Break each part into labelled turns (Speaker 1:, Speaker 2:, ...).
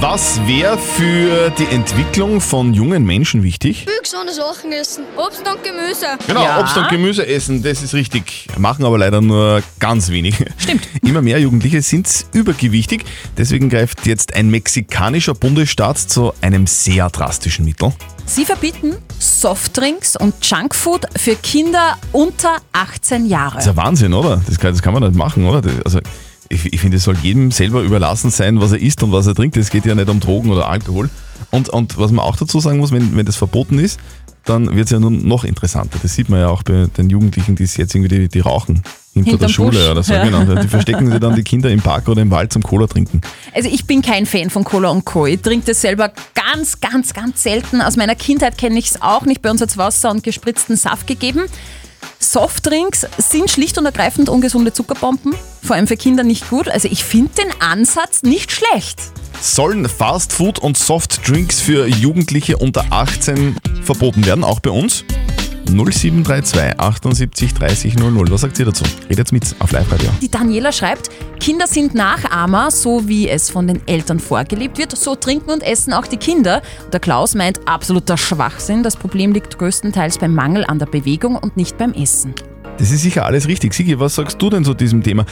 Speaker 1: Was wäre für die Entwicklung von jungen Menschen wichtig?
Speaker 2: viel gesunde Sachen essen.
Speaker 3: Obst und Gemüse.
Speaker 1: Genau, Obst und Gemüse essen, das ist richtig. Machen aber leider nur ganz wenige. Stimmt. Immer mehr Jugendliche sind übergewichtig. Deswegen greift jetzt ein mexikanischer Bundesstaat zu einem sehr drastischen Mittel.
Speaker 4: Sie verbieten Softdrinks und Junkfood für Kinder unter 18 Jahre.
Speaker 1: Das ist ja Wahnsinn, oder? Das kann, das kann man nicht machen, oder? Das, also, ich, ich finde, es soll jedem selber überlassen sein, was er isst und was er trinkt. Es geht ja nicht um Drogen oder Alkohol. Und, und was man auch dazu sagen muss, wenn, wenn das verboten ist, dann wird es ja nun noch interessanter. Das sieht man ja auch bei den Jugendlichen, die es jetzt irgendwie die, die rauchen. Hinter
Speaker 4: Hinterm
Speaker 1: der Schule
Speaker 4: Busch.
Speaker 1: oder so,
Speaker 4: Ja.
Speaker 1: genau. Die verstecken sie dann die Kinder im Park oder im Wald zum Cola trinken.
Speaker 4: Also ich bin kein Fan von Cola und Co. Ich trinke das selber ganz, ganz, ganz selten. Aus meiner Kindheit kenne ich es auch nicht. Bei uns hat Wasser und gespritzten Saft gegeben. Softdrinks sind schlicht und ergreifend ungesunde Zuckerbomben. Vor allem für Kinder nicht gut. Also ich finde den Ansatz nicht schlecht.
Speaker 1: Sollen Fast Food und Softdrinks für Jugendliche unter 18 verboten werden, auch bei uns? 0732 78 30 00. Was sagt ihr dazu? Redet mit auf Live-Radio.
Speaker 4: Die Daniela schreibt, Kinder sind Nachahmer, so wie es von den Eltern vorgelebt wird. So trinken und essen auch die Kinder. Der Klaus meint, absoluter Schwachsinn. Das Problem liegt größtenteils beim Mangel an der Bewegung und nicht beim Essen.
Speaker 1: Das ist sicher alles richtig. Sigi, was sagst du denn zu diesem Thema?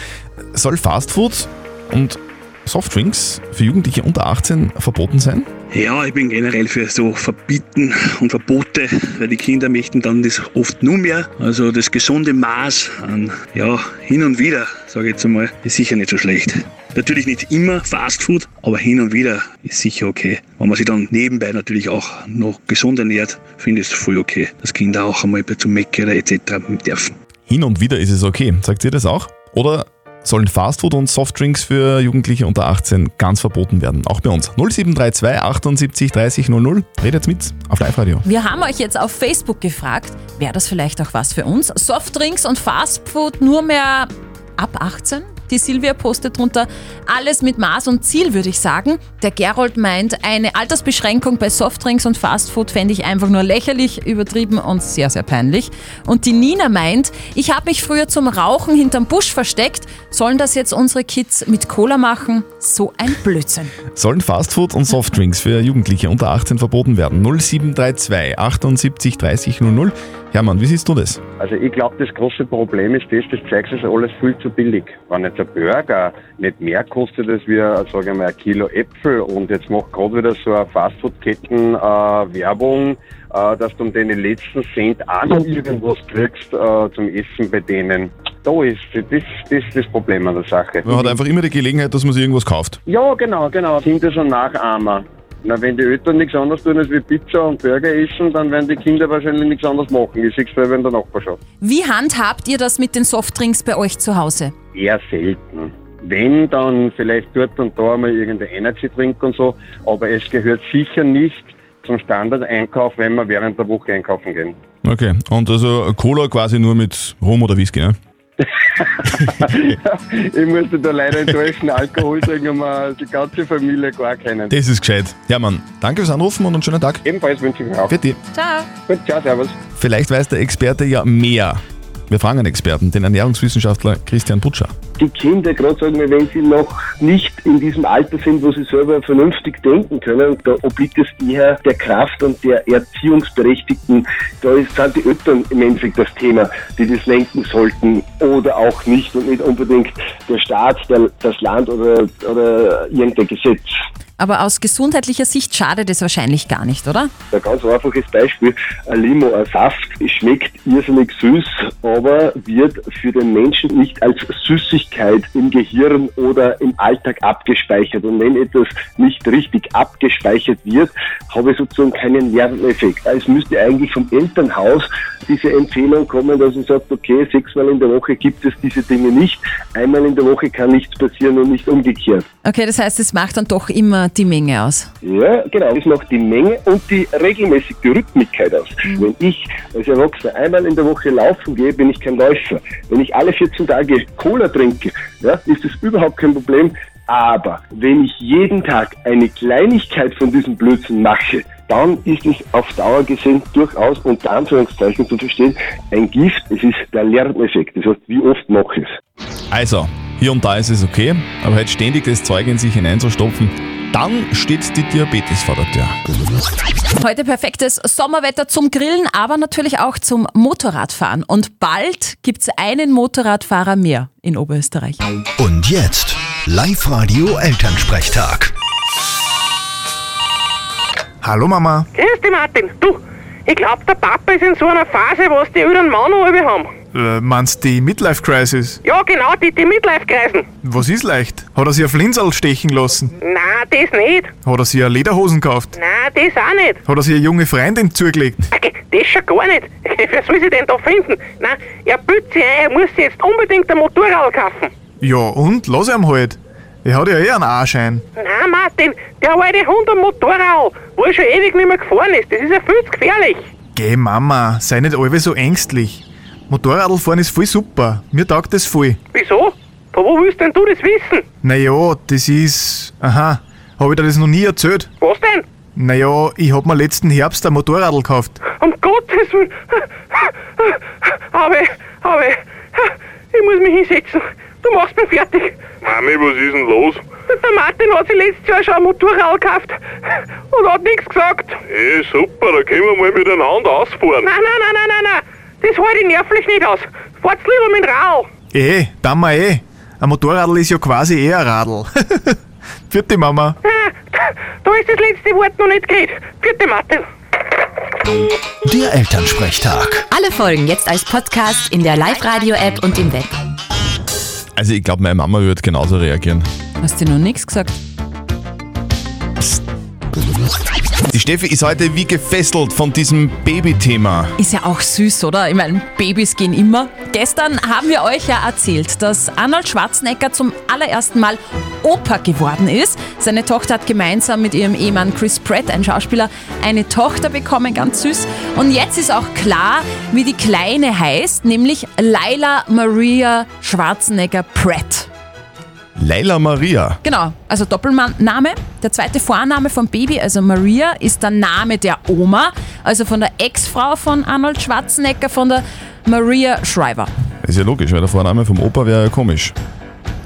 Speaker 1: Soll Fastfood und Softdrinks für Jugendliche unter 18 verboten sein?
Speaker 5: Ja, ich bin generell für so Verbieten und Verbote, weil die Kinder möchten dann das oft nur mehr. Also das gesunde Maß an, ja, hin und wieder, sage ich jetzt einmal, ist sicher nicht so schlecht. Natürlich nicht immer Fast Food, aber hin und wieder ist sicher okay. Wenn man sich dann nebenbei natürlich auch noch gesund ernährt, finde ich es voll okay, dass Kinder auch einmal bei zum Mecker oder etc. mit dürfen.
Speaker 1: Hin und wieder ist es okay. Sagt ihr das auch? Oder sollen Fastfood und Softdrinks für Jugendliche unter 18 ganz verboten werden? Auch bei uns. 0732 78 30 00. Redet mit auf Live-Radio.
Speaker 4: Wir haben euch jetzt auf Facebook gefragt, wäre das vielleicht auch was für uns? Softdrinks und Fastfood nur mehr ab 18? Die Silvia postet drunter, alles mit Maß und Ziel, würde ich sagen. Der Gerold meint, eine Altersbeschränkung bei Softdrinks und Fastfood fände ich einfach nur lächerlich, übertrieben und sehr, sehr peinlich. Und die Nina meint, ich habe mich früher zum Rauchen hinterm Busch versteckt. Sollen das jetzt unsere Kids mit Cola machen? So ein Blödsinn.
Speaker 1: Sollen Fastfood und Softdrinks für Jugendliche unter 18 verboten werden? 0732 78 30 00. Hermann, wie siehst du das?
Speaker 6: Also ich glaube, das große Problem ist das, das Zeug ist alles viel zu billig. Wenn jetzt ein Burger nicht mehr kostet als wie, äh, sag ich mal, ein Kilo Äpfel und jetzt macht gerade wieder so eine Fastfood-Ketten äh, Werbung, äh, dass du um den letzten Cent auch noch irgendwas kriegst äh, zum Essen bei denen. Da ist das, das ist das Problem an der Sache.
Speaker 1: Man hat einfach immer die Gelegenheit, dass man sich irgendwas kauft.
Speaker 6: Ja, genau, genau. Kinder sind Nachahmer. Na, wenn die Eltern nichts anderes tun als wie Pizza und Burger essen, dann werden die Kinder wahrscheinlich nichts anderes machen. Ich sehe es selber in der Nachbarschaft.
Speaker 4: Wie handhabt ihr das mit den Softdrinks bei euch zu Hause?
Speaker 6: eher selten. Wenn, dann vielleicht dort und da mal irgendein Energy-Drink und so, aber es gehört sicher nicht zum Standard-Einkauf, wenn wir während der Woche einkaufen gehen.
Speaker 1: Okay, und also Cola quasi nur mit Rum oder Whisky, ne?
Speaker 6: Ich musste da leider enttäuschen, Alkohol trinken wir die ganze Familie gar keinen.
Speaker 1: Das ist gescheit. Hermann, danke fürs Anrufen und einen schönen Tag.
Speaker 6: Ebenfalls wünsche ich mir auch.
Speaker 1: Fertig.
Speaker 4: Ciao.
Speaker 6: Gut, ciao, servus.
Speaker 1: Vielleicht weiß der Experte ja mehr. Wir fragen einen Experten, den Ernährungswissenschaftler Christian Butscher.
Speaker 7: die Kinder, gerade sagen wir, wenn sie noch nicht in diesem Alter sind, wo sie selber vernünftig denken können, da obliegt es eher der Kraft und der Erziehungsberechtigten. Da ist, sind die Eltern im Endeffekt das Thema, die das lenken sollten oder auch nicht und nicht unbedingt der Staat, der, das Land oder, oder irgendein Gesetz.
Speaker 4: Aber aus gesundheitlicher Sicht schadet es wahrscheinlich gar nicht, oder?
Speaker 7: Ein ganz einfaches Beispiel, ein Limo, ein Saft, schmeckt irrsinnig süß, aber wird für den Menschen nicht als Süßigkeit im Gehirn oder im Alltag abgespeichert. Und wenn etwas nicht richtig abgespeichert wird, habe ich sozusagen keinen Lerneffekt. Es müsste eigentlich vom Elternhaus diese Empfehlung kommen, dass man sagt, okay, sechsmal in der Woche gibt es diese Dinge nicht, einmal in der Woche kann nichts passieren und nicht umgekehrt.
Speaker 4: Okay, das heißt, es macht dann doch immer die Menge aus.
Speaker 7: Ja, genau. Das macht die Menge und die regelmäßig die Rhythmigkeit aus. Wenn ich als Erwachsener einmal in der Woche laufen gehe, bin ich kein Läufer. Wenn ich alle 14 Tage Cola trinke, ja, ist das überhaupt kein Problem. Aber wenn ich jeden Tag eine Kleinigkeit von diesem Blödsinn mache, dann ist es auf Dauer gesehen durchaus unter Anführungszeichen zu verstehen ein Gift. Es ist der Lerneffekt. Das heißt, wie oft mache ich es?
Speaker 1: Also, hier und da ist es okay, aber halt ständig das Zeug in sich hineinzustopfen, dann steht die Diabetes vor der Tür.
Speaker 4: Heute perfektes Sommerwetter zum Grillen, aber natürlich auch zum Motorradfahren. Und bald gibt's einen Motorradfahrer mehr in Oberösterreich.
Speaker 8: Und jetzt Live-Radio Elternsprechtag.
Speaker 9: Hallo Mama.
Speaker 7: Grüß dich, Martin. Du, ich glaub, der Papa ist in so einer Phase, was die älteren Männer über haben.
Speaker 9: Äh, meinst die Midlife Crisis?
Speaker 7: Ja, genau, die, die Midlife-Kreisen.
Speaker 9: Was ist leicht? Hat er sich auf Linsal stechen lassen?
Speaker 7: Nein, das nicht.
Speaker 9: Hat er sich eine Lederhosen gekauft?
Speaker 7: Nein, das auch nicht.
Speaker 9: Hat er sich eine junge Freundin zugelegt?
Speaker 7: Okay, das schon gar nicht. Wer soll sie denn da finden? Nein, er bütt sich ein, er muss sich jetzt unbedingt ein Motorrad kaufen.
Speaker 9: Ja, und? Lass ihm halt. Er hat ja eh einen A-Schein.
Speaker 7: Nein, Martin, der alte Hund am Motorrad, wo er schon ewig nicht mehr gefahren ist, das ist ja viel zu gefährlich.
Speaker 9: Geh Mama, sei nicht alle so ängstlich. Motorradfahren ist voll super. Mir taugt das voll.
Speaker 7: Wieso? Von wo willst denn du das wissen?
Speaker 9: Naja, das ist... Aha, hab ich dir das noch nie erzählt?
Speaker 7: Was denn?
Speaker 9: Naja, ich hab mir letzten Herbst ein Motorradl gekauft.
Speaker 7: Um Gottes Willen. Aber, aber, ich muss mich hinsetzen. Du machst mich fertig.
Speaker 10: Mami, was ist denn los?
Speaker 7: Der der Martin hat sich letztes Jahr schon ein Motorrad gekauft und hat nichts gesagt.
Speaker 10: Eh, super, da können wir mal miteinander ausfahren.
Speaker 7: Nein, nein, nein, nein, nein, nein. Das halte ich nervlich nicht aus. Fahrt's lieber mit Rau.
Speaker 9: Eh, dann mal eh. Ein Motorradl ist ja quasi eh ein Radl. Vierte Mama.
Speaker 7: Da ist das letzte Wort noch nicht geredet. Vierte Martin.
Speaker 8: Der Elternsprechtag.
Speaker 11: Alle Folgen jetzt als Podcast in der Live-Radio-App und im Web.
Speaker 1: Also ich glaube, meine Mama wird genauso reagieren.
Speaker 4: Hast du noch nichts gesagt?
Speaker 1: Die Steffi ist heute wie gefesselt von diesem Babythema.
Speaker 4: Ist ja auch süß, oder? Ich meine, Babys gehen immer. Gestern haben wir euch ja erzählt, dass Arnold Schwarzenegger zum allerersten Mal Opa geworden ist. Seine Tochter hat gemeinsam mit ihrem Ehemann Chris Pratt, ein Schauspieler, eine Tochter bekommen, ganz süß. Und jetzt ist auch klar, wie die Kleine heißt, nämlich Laila Maria Schwarzenegger Pratt.
Speaker 1: Leila Maria.
Speaker 4: Genau, also Doppelname. Der zweite Vorname vom Baby, also Maria, ist der Name der Oma, also von der Ex-Frau von Arnold Schwarzenegger, von der Maria Shriver.
Speaker 1: Ist ja logisch, weil der Vorname vom Opa wäre ja komisch.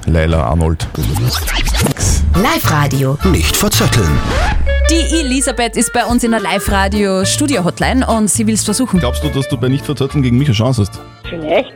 Speaker 1: Leila Arnold.
Speaker 11: Live-Radio.
Speaker 8: Nicht verzetteln.
Speaker 4: Die Elisabeth ist bei uns in der Live-Radio-Studio-Hotline und sie will es versuchen.
Speaker 1: Glaubst du, dass du bei Nichtverzötteln gegen mich eine Chance hast?
Speaker 7: Vielleicht.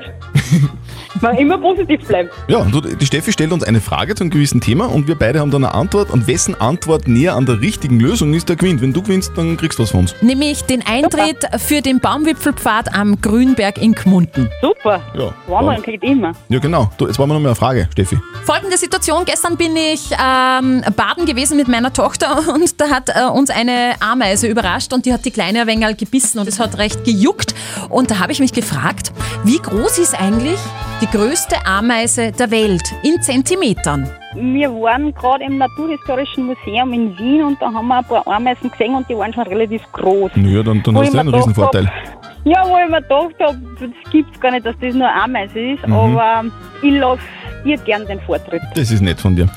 Speaker 7: Man immer positiv bleiben.
Speaker 1: Ja, du, die Steffi stellt uns eine Frage zu einem gewissen Thema und wir beide haben dann eine Antwort. Und wessen Antwort näher an der richtigen Lösung ist, der gewinnt. Wenn du gewinnst, dann kriegst du was von uns.
Speaker 4: Nämlich den Eintritt für den Baumwipfelpfad am Grünberg in Gmunden.
Speaker 7: Super.
Speaker 1: Ja,
Speaker 7: Wandern kriegt immer.
Speaker 1: Ja, genau. Du, jetzt wollen wir noch mal eine Frage, Steffi.
Speaker 4: Folgende Situation. Gestern bin ich ähm, baden gewesen mit meiner Tochter und da hat äh, uns eine Ameise überrascht und die hat die Kleine ein wenig gebissen und es hat recht gejuckt. Und da habe ich mich gefragt, wie groß ist eigentlich die größte Ameise der Welt in Zentimetern?
Speaker 12: Wir waren gerade im Naturhistorischen Museum in Wien und da haben wir ein paar Ameisen gesehen und die waren schon relativ groß.
Speaker 1: Ja, dann, dann
Speaker 12: Wo
Speaker 1: hast
Speaker 12: ich
Speaker 1: du eh
Speaker 12: mir
Speaker 1: einen
Speaker 12: gedacht
Speaker 1: Riesenvorteil.
Speaker 12: hab- Ja, wo ich mir gedacht habe, das gibt es gar nicht, dass das nur eine Ameise ist,
Speaker 1: Mhm.
Speaker 12: aber ich lasse dir gern den Vortritt.
Speaker 1: Das ist nett von dir.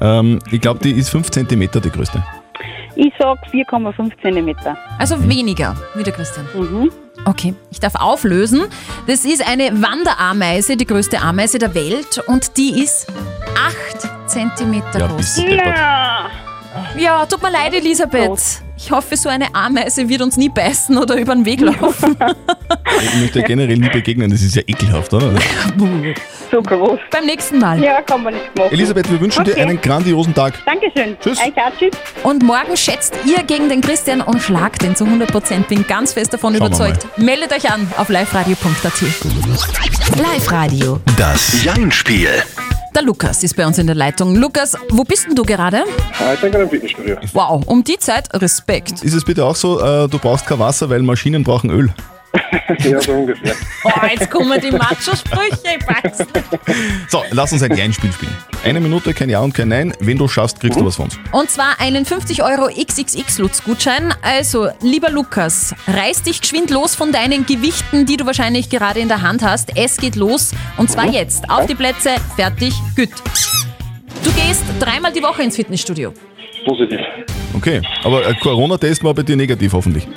Speaker 1: Ähm, ich glaube, die ist 5 cm die größte.
Speaker 12: Ich sage 4,5 cm.
Speaker 4: Also weniger, wie der Christian.
Speaker 12: Mhm.
Speaker 4: Okay, ich darf auflösen. Das ist eine Wanderameise, die größte Ameise der Welt und die ist 8 Zentimeter
Speaker 1: Ja,
Speaker 4: groß.
Speaker 1: bist du deppert.
Speaker 12: Ja.
Speaker 4: Ja, tut mir leid, Elisabeth. Ich hoffe, so eine Ameise wird uns nie beißen oder über den Weg laufen.
Speaker 1: Ich möchte ja generell nie begegnen, das ist ja ekelhaft, oder?
Speaker 12: So groß.
Speaker 4: Beim nächsten Mal.
Speaker 12: Ja, kann man nicht machen.
Speaker 1: Elisabeth, wir wünschen dir
Speaker 12: Okay.
Speaker 1: einen grandiosen Tag.
Speaker 12: Dankeschön.
Speaker 1: Tschüss.
Speaker 12: Ein Tschüss.
Speaker 4: Und morgen schätzt ihr gegen den Christian und schlagt den zu 100%. Bin ganz fest davon
Speaker 1: Schauen wir
Speaker 4: überzeugt. Meldet euch an auf liveradio.at.
Speaker 11: Live-Radio.
Speaker 8: Das Jein-Spiel.
Speaker 4: Der Lukas ist bei uns in der Leitung. Lukas, wo bist denn du gerade?
Speaker 13: Ah,
Speaker 6: Ich denke an ein Fitnessstudio.
Speaker 4: Wow, um die Zeit Respekt.
Speaker 1: Ist es bitte auch so, äh, du brauchst kein Wasser, weil Maschinen brauchen Öl?
Speaker 6: Ja, so ungefähr.
Speaker 4: Oh, jetzt kommen die Macho-Sprüche. ich weiß nicht.
Speaker 1: So, lass uns ein Kleinspiel spielen. Eine Minute, kein Ja und kein Nein. Wenn du schaffst, kriegst du was von uns.
Speaker 4: Und zwar einen 50 Euro XXX-Lutz-Gutschein. Also, lieber Lukas, reiß dich geschwind los von deinen Gewichten, die du wahrscheinlich gerade in der Hand hast. Es geht los. Und zwar jetzt. Auf die Plätze, fertig, gut. Du gehst dreimal die Woche ins Fitnessstudio.
Speaker 6: Positiv.
Speaker 1: Okay, aber ein Corona-Test war bei dir negativ hoffentlich.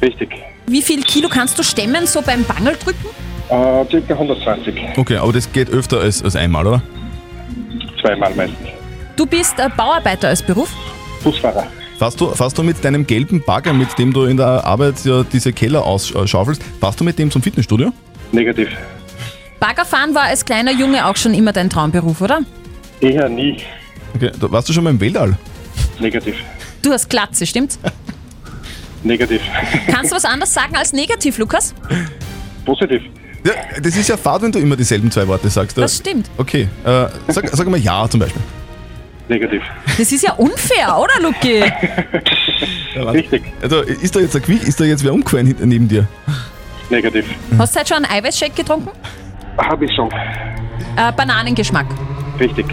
Speaker 6: Richtig.
Speaker 4: Wie viel Kilo kannst du stemmen, so beim Bangeldrücken?
Speaker 13: Äh, circa 120,
Speaker 1: Okay, aber das geht öfter als, als einmal, oder?
Speaker 13: zweimal meistens.
Speaker 4: Du bist äh, Bauarbeiter als Beruf?
Speaker 13: Busfahrer.
Speaker 1: Fährst du, fährst du mit deinem gelben Bagger, mit dem du in der Arbeit ja diese Keller ausschaufelst, fährst du mit dem zum Fitnessstudio?
Speaker 13: Negativ.
Speaker 4: Baggerfahren war als kleiner Junge auch schon immer dein Traumberuf, oder?
Speaker 13: Eher nie.
Speaker 1: Okay, da warst du schon mal im Weltall?
Speaker 13: Negativ.
Speaker 4: Du hast Glatze, stimmt's?
Speaker 13: Negativ.
Speaker 4: Kannst du was anderes sagen als negativ, Lukas?
Speaker 13: Positiv.
Speaker 1: Ja, das ist ja fad, wenn du immer dieselben zwei Worte sagst.
Speaker 4: Das stimmt.
Speaker 1: Okay, äh, sag, sag mal Ja zum Beispiel.
Speaker 13: Negativ.
Speaker 4: Das ist ja unfair, oder, Luki?
Speaker 1: Richtig. Also, ist da jetzt ein Quick, ist da jetzt wer umgefallen hinten neben dir?
Speaker 13: Negativ.
Speaker 4: Hast du heute schon einen Eiweißshake getrunken?
Speaker 13: Hab ich schon.
Speaker 4: Äh, Bananengeschmack.
Speaker 13: Richtig.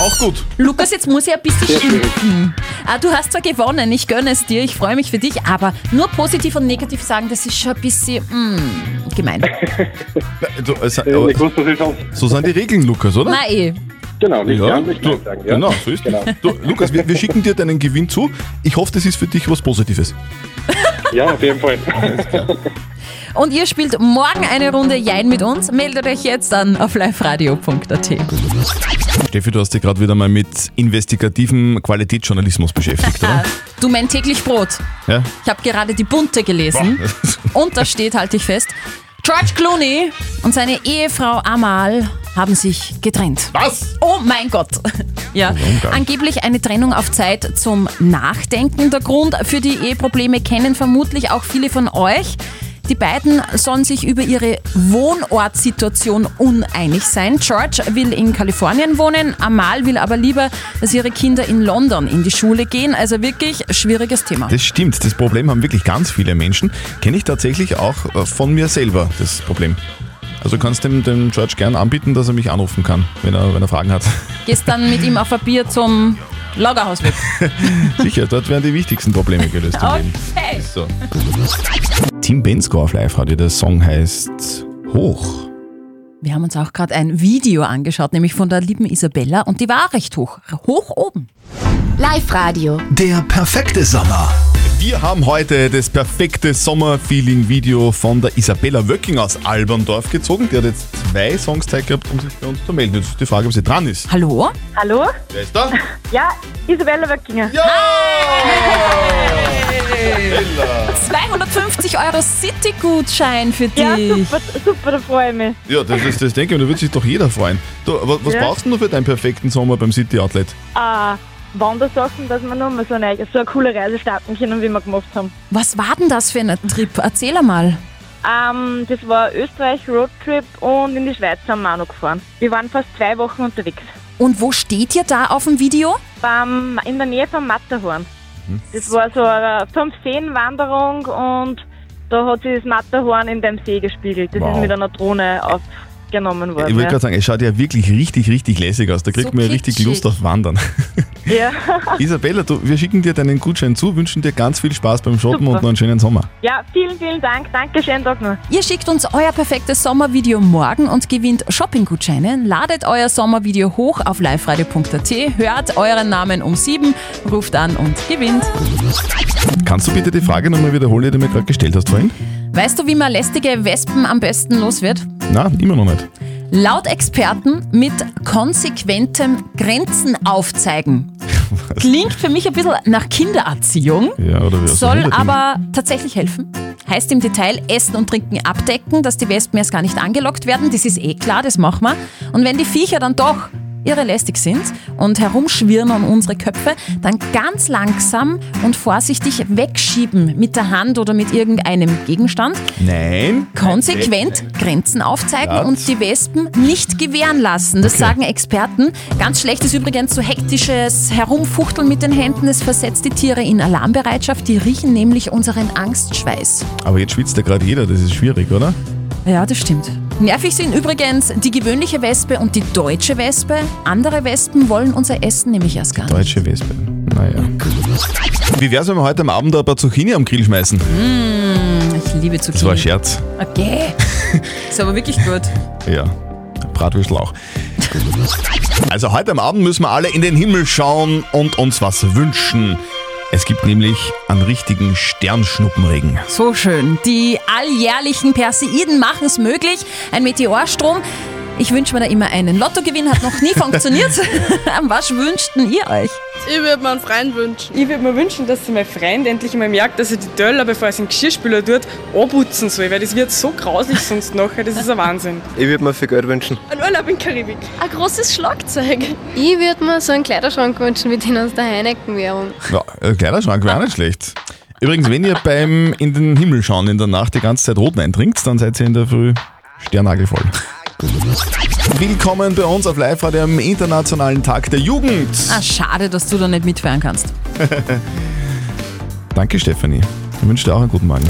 Speaker 1: auch gut.
Speaker 4: Lukas, jetzt muss ich ein bisschen
Speaker 13: Sehr schwierig.
Speaker 4: schimpfen. Ah, du hast zwar gewonnen, ich gönne es dir, ich freue mich für dich, aber nur positiv und negativ sagen, das ist schon ein bisschen mm, gemein.
Speaker 1: Du, äh, sa- aber- so sind die Regeln, Lukas, oder?
Speaker 4: Na eh.
Speaker 13: Genau,
Speaker 1: nicht ja,
Speaker 13: nicht
Speaker 1: du, sagen, ja. Genau, so ist es. Du, Lukas, wir, wir schicken dir deinen Gewinn zu. Ich hoffe, das ist für dich was Positives.
Speaker 13: Ja, auf jeden Fall.
Speaker 4: Und ihr spielt morgen eine Runde Jein mit uns. Meldet euch jetzt an auf liveradio.at.
Speaker 1: Steffi, du hast dich gerade wieder mal mit investigativem Qualitätsjournalismus beschäftigt, oder?
Speaker 4: Du mein täglich Brot.
Speaker 1: Ja?
Speaker 4: Ich habe gerade die Bunte
Speaker 1: Hm?
Speaker 4: gelesen. Und da steht, halte ich fest, George Clooney und seine Ehefrau Amal haben sich getrennt.
Speaker 1: Was? Oh
Speaker 4: Oh mein Gott. Ja,
Speaker 14: Umgang.
Speaker 4: angeblich eine Trennung auf Zeit zum Nachdenken. Der Grund für die Eheprobleme kennen vermutlich auch viele von euch. Die beiden sollen sich über ihre Wohnortsituation uneinig sein. George will in Kalifornien wohnen, Amal will aber lieber, dass ihre Kinder in London in die Schule gehen. Also wirklich schwieriges Thema.
Speaker 1: Das stimmt, das Problem haben wirklich ganz viele Menschen. Kenne ich tatsächlich auch äh, von mir selber, das Problem. Also du kannst dem, dem George gern anbieten, dass er mich anrufen kann, wenn er, wenn er Fragen hat.
Speaker 4: Gestern mit ihm auf ein Bier zum Lagerhausweg.
Speaker 1: Sicher, dort werden die wichtigsten Probleme gelöst im Leben.
Speaker 4: Okay.
Speaker 1: So. Tim Bensko auf Live-Radio, der Song heißt Hoch.
Speaker 4: Wir haben uns auch gerade ein Video angeschaut, nämlich von der lieben Isabella und die war recht hoch, hoch oben.
Speaker 11: Live Radio.
Speaker 1: Der perfekte Sommer. Wir haben heute das perfekte Sommer-Feeling-Video von der Isabella Wöcking aus Alberndorf gezogen. Die hat jetzt zwei Songs Zeit gehabt, um sich bei uns zu melden. Jetzt ist die Frage, ob sie dran ist.
Speaker 4: Hallo?
Speaker 15: Hallo?
Speaker 1: Wer ist da?
Speaker 15: Ja, Isabella Wöckinger.
Speaker 1: Ja!
Speaker 4: 250 Euro City-Gutschein für dich.
Speaker 15: Ja, super, super, da freue ich mich.
Speaker 1: Ja, das, das, das denke ich, mir, da wird sich doch jeder freuen. Du, wa- was
Speaker 15: Ja.
Speaker 1: brauchst du denn für deinen perfekten Sommer beim City Outlet?
Speaker 15: Äh, Wandersachen, dass wir nochmal so eine, so eine coole Reise starten können, wie wir gemacht haben.
Speaker 4: Was war denn das für ein Trip? Erzähl einmal.
Speaker 15: Ähm, das war Österreich Roadtrip und in die Schweiz sind wir auch noch gefahren. Wir waren fast zwei Wochen unterwegs.
Speaker 4: Und wo steht ihr da auf dem Video?
Speaker 15: Beim, in der Nähe vom Matterhorn.
Speaker 1: Mhm.
Speaker 15: Das war so eine Fünf-Seen-Wanderung und da hat sich das Matterhorn in dem See gespiegelt. Das
Speaker 1: Wow.
Speaker 15: ist mit einer Drohne aufgenommen worden.
Speaker 1: Ich wollte
Speaker 15: ja.
Speaker 1: gerade sagen, es schaut ja wirklich richtig, richtig lässig aus. Da kriegt man ja richtig
Speaker 15: kitschig.
Speaker 1: Lust auf Wandern.
Speaker 15: Ja.
Speaker 1: Isabella, du, wir schicken dir deinen Gutschein zu, wünschen dir ganz viel Spaß beim Shoppen
Speaker 15: Super.
Speaker 1: und noch einen schönen Sommer.
Speaker 15: ja, vielen, vielen Dank. Danke, schönen Tag noch.
Speaker 4: Ihr schickt uns euer perfektes Sommervideo morgen und gewinnt Shopping-Gutscheine. Ladet euer Sommervideo hoch auf liveradio.at, hört euren Namen um sieben, ruft an und gewinnt.
Speaker 1: Kannst du bitte die Frage nochmal wiederholen, die du mir gerade gestellt hast vorhin?
Speaker 4: Weißt du, wie man lästige Wespen am besten los wird?
Speaker 1: Na, immer noch nicht.
Speaker 4: Laut Experten mit konsequentem Grenzen aufzeigen. Klingt für mich ein bisschen nach Kindererziehung.
Speaker 1: Ja, oder wie aus der
Speaker 4: Soll
Speaker 1: Höhle drin.
Speaker 4: aber tatsächlich helfen. Heißt im Detail Essen und Trinken abdecken, dass die Wespen erst gar nicht angelockt werden. Das ist eh klar, das machen wir. Und wenn die Viecher dann doch irre lästig sind und herumschwirren um unsere Köpfe, dann ganz langsam und vorsichtig wegschieben mit der Hand oder mit irgendeinem Gegenstand.
Speaker 1: Nein.
Speaker 4: Konsequent Grenzen aufzeigen
Speaker 1: Ja.
Speaker 4: und die Wespen nicht gewähren lassen. Das sagen Experten. Ganz schlecht ist übrigens so hektisches Herumfuchteln mit den Händen. Es versetzt die Tiere in Alarmbereitschaft. Die riechen nämlich unseren Angstschweiß.
Speaker 1: Aber jetzt schwitzt ja gerade jeder, das ist schwierig, oder?
Speaker 4: Ja, das stimmt. Nervig sind übrigens die gewöhnliche Wespe und die deutsche Wespe. Andere Wespen wollen unser Essen nämlich erst gar nicht.
Speaker 1: Deutsche Wespe. Naja. Wie wär's, wenn wir heute am Abend ein paar Zucchini am Grill schmeißen?
Speaker 4: Mmh, ich liebe
Speaker 1: Das war ein
Speaker 4: Zucchini.
Speaker 1: Scherz.
Speaker 4: Okay. Ist aber wirklich gut.
Speaker 1: Ja. Bratwürstlauch. Also heute am Abend müssen wir alle in den Himmel schauen und uns was wünschen. Es gibt nämlich einen richtigen Sternschnuppenregen.
Speaker 4: So schön. Die alljährlichen Perseiden machen es möglich. Ein Meteorstrom. Ich wünsche mir da immer einen. Lottogewinn hat noch nie funktioniert. Was wünscht denn ihr euch?
Speaker 14: Ich würde mir einen Freund wünschen. Ich würde mir wünschen, dass mein Freund endlich mal merkt, dass er die Döller, bevor er seinen Geschirrspüler tut, anputzen soll, weil das wird so grauslich sonst nachher, das ist ein Wahnsinn.
Speaker 15: Ich würde mir viel Geld wünschen.
Speaker 14: Ein Urlaub in Karibik.
Speaker 16: Ein großes Schlagzeug. Ich würde mir so einen Kleiderschrank wünschen, mit dem aus der Heineken-Währung.
Speaker 1: Ja, äh, Kleiderschrank wäre auch nicht schlecht. Übrigens, wenn ihr beim in den Himmel schauen in der Nacht die ganze Zeit Rotwein trinkt, dann seid ihr in der Früh sternagelvoll. Willkommen bei uns auf live Radio am Internationalen Tag der Jugend.
Speaker 4: Ah, schade, dass du da nicht mitfeiern kannst.
Speaker 1: Danke, Stefanie. Ich wünsche dir auch einen guten Morgen.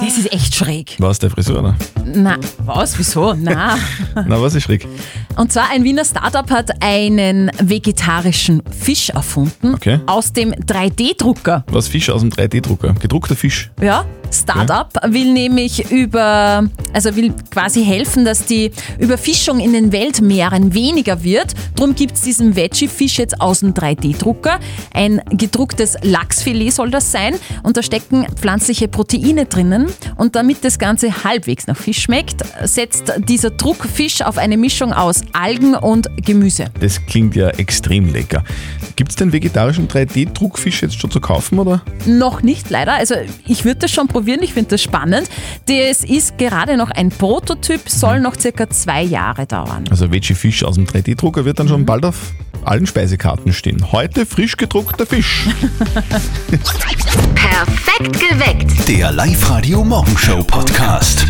Speaker 4: Das ist echt schräg.
Speaker 1: War es der Friseur, oder?
Speaker 4: Na, was? Wieso? Na.
Speaker 1: Na, was ist schräg?
Speaker 4: Und zwar ein Wiener Startup hat einen vegetarischen Fisch erfunden.
Speaker 1: Okay.
Speaker 4: Aus dem 3D-Drucker.
Speaker 1: Was Fisch aus dem 3D-Drucker? Gedruckter Fisch.
Speaker 4: Ja, Startup will nämlich über, also will quasi helfen, dass die Überfischung in den Weltmeeren weniger wird. Drum gibt es diesen Veggie-Fisch jetzt aus dem 3D-Drucker. Ein gedrucktes Lachsfilet soll das sein und da stecken pflanzliche Proteine drinnen. Und damit das Ganze halbwegs nach Fisch schmeckt, setzt dieser Druckfisch auf eine Mischung aus Algen und Gemüse.
Speaker 1: Das klingt ja extrem lecker. Gibt es den vegetarischen 3D-Druckfisch jetzt schon zu kaufen, oder?
Speaker 4: Noch nicht leider. Also ich würde das schon probieren, ich finde das spannend. Das ist gerade noch ein Prototyp, soll noch circa zwei Jahre dauern.
Speaker 1: Also Veggie Fisch aus dem 3D-Drucker wird dann schon bald auf allen Speisekarten stehen. Heute frisch gedruckter Fisch.
Speaker 11: Perfekt geweckt.
Speaker 8: Der Live-Radio Morgenshow Podcast.